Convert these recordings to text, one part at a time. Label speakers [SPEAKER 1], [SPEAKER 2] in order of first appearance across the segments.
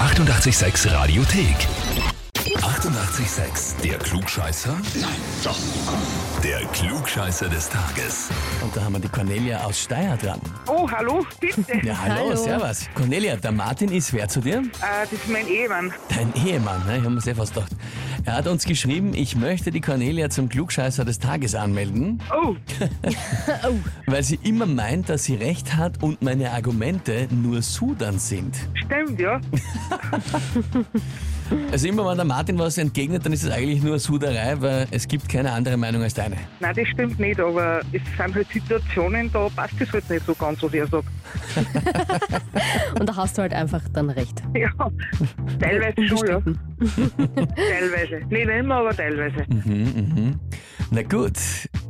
[SPEAKER 1] 886 Radiothek. 88,6. Der Klugscheißer? Nein, doch. Der Klugscheißer des Tages.
[SPEAKER 2] Und da haben wir die Cornelia aus Steyr dran.
[SPEAKER 3] Oh, hallo, bitte.
[SPEAKER 2] Ja, hallo,
[SPEAKER 4] Hallo.
[SPEAKER 2] servus. Cornelia, der Martin ist wer zu dir?
[SPEAKER 3] Äh, das ist mein Ehemann.
[SPEAKER 2] Dein Ehemann, ne? ich habe mir sehr fast gedacht. Er hat uns geschrieben, ich möchte die Cornelia zum Klugscheißer des Tages anmelden,
[SPEAKER 3] Oh,
[SPEAKER 2] weil sie immer meint, dass sie recht hat und meine Argumente nur Sudan sind.
[SPEAKER 3] stimmt, ja.
[SPEAKER 2] Also immer wenn der Martin was entgegnet, dann ist es eigentlich nur Suderei, weil es gibt keine andere Meinung als deine.
[SPEAKER 3] Nein, das stimmt nicht, aber es sind halt Situationen, da passt das halt nicht so ganz, was er sagt.
[SPEAKER 4] Und da hast du halt einfach dann recht.
[SPEAKER 3] Ja, teilweise schon, ja. teilweise. Nicht immer, aber teilweise.
[SPEAKER 2] Hm. Na gut,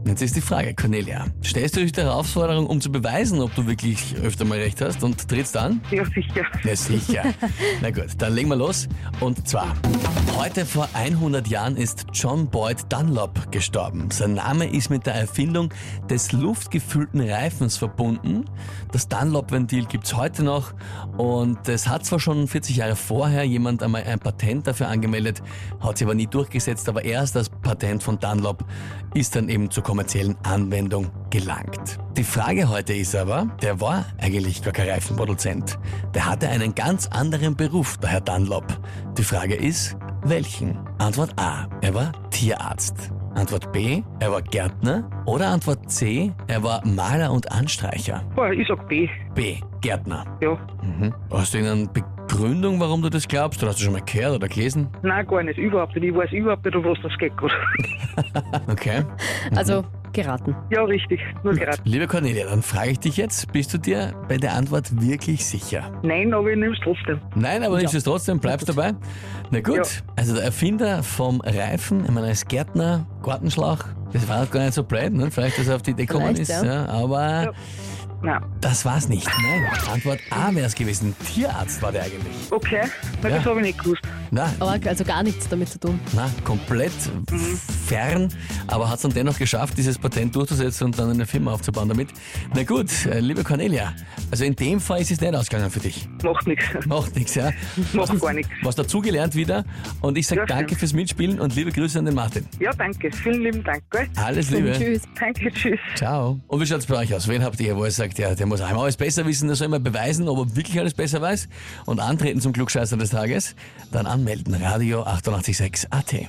[SPEAKER 2] jetzt ist die Frage, Cornelia. Stellst du dich der Herausforderung, um zu beweisen, ob du wirklich öfter mal recht hast und trittst an?
[SPEAKER 3] Ja, sicher.
[SPEAKER 2] Na sicher. Na gut, dann legen wir los. Und zwar, heute vor 100 Jahren ist John Boyd Dunlop gestorben. Sein Name ist mit der Erfindung des luftgefüllten Reifens verbunden. Das Dunlop-Ventil gibt's heute noch und es hat zwar schon 40 Jahre vorher jemand einmal ein Patent dafür angemeldet, hat sich aber nie durchgesetzt, aber erst das Patent von Dunlop ist dann eben zur kommerziellen Anwendung gelangt. Die Frage heute ist aber, der war eigentlich gar kein Reifenproduzent. Der hatte einen ganz anderen Beruf, der Herr Dunlop. Die Frage ist, welchen? Antwort A, er war Tierarzt. Antwort B, er war Gärtner. Oder Antwort C, er war Maler und Anstreicher.
[SPEAKER 3] Boah, ich sag B.
[SPEAKER 2] B, Gärtner.
[SPEAKER 3] Ja.
[SPEAKER 2] Mhm. Hast du irgendeine Begründung, warum du das glaubst? Oder hast du schon mal gehört oder gelesen?
[SPEAKER 3] Nein, gar nicht. Überhaupt nicht. Ich weiß überhaupt nicht, um was das geht gerade.
[SPEAKER 2] Okay.
[SPEAKER 4] Also geraten.
[SPEAKER 3] Ja, richtig. Nur gerade.
[SPEAKER 2] Liebe Cornelia, dann frage ich dich jetzt, bist du dir bei der Antwort wirklich sicher?
[SPEAKER 3] Nein, aber ich nehm's trotzdem.
[SPEAKER 2] Nein, aber
[SPEAKER 4] Ja.
[SPEAKER 2] nimmst du es trotzdem, bleibst dabei. Na gut,
[SPEAKER 3] Ja.
[SPEAKER 2] also der Erfinder vom Reifen, ich meine, als Gärtner, Gartenschlauch, das war halt gar nicht so blöd, ne? vielleicht, dass er auf die Idee gekommen ist,
[SPEAKER 4] Vielleicht, ja.
[SPEAKER 2] ja, aber
[SPEAKER 3] Ja. Nein.
[SPEAKER 2] das war's nicht. Nein, Antwort A wäre es gewesen, Tierarzt war der eigentlich.
[SPEAKER 3] Okay, Nein,
[SPEAKER 2] Ja.
[SPEAKER 3] das habe ich nicht gewusst.
[SPEAKER 2] Na,
[SPEAKER 4] Aber also gar nichts damit zu tun.
[SPEAKER 2] na komplett fern, aber hat es dann dennoch geschafft, dieses Patent durchzusetzen und dann eine Firma aufzubauen damit. Na gut, äh, liebe Cornelia, also in dem Fall ist es nicht ausgegangen für dich.
[SPEAKER 3] Macht nichts.
[SPEAKER 2] Macht nichts, ja.
[SPEAKER 3] Macht gar nichts.
[SPEAKER 2] Was dazugelernt wieder. Und ich sage
[SPEAKER 3] Ja,
[SPEAKER 2] danke
[SPEAKER 3] stimmt.
[SPEAKER 2] fürs Mitspielen und liebe Grüße an den Martin.
[SPEAKER 3] Ja, danke. Vielen lieben Dank, gell?
[SPEAKER 2] Alles Liebe.
[SPEAKER 4] Tschüss.
[SPEAKER 3] Danke, tschüss.
[SPEAKER 2] Ciao. Und wie schaut's bei euch aus? Wen habt ihr, wo ihr sagt, ja, der muss einmal alles besser wissen, der soll immer beweisen, ob er wirklich alles besser weiß und antreten zum Klugscheißer des Tages? Dann anmelden, Radio 886 AT.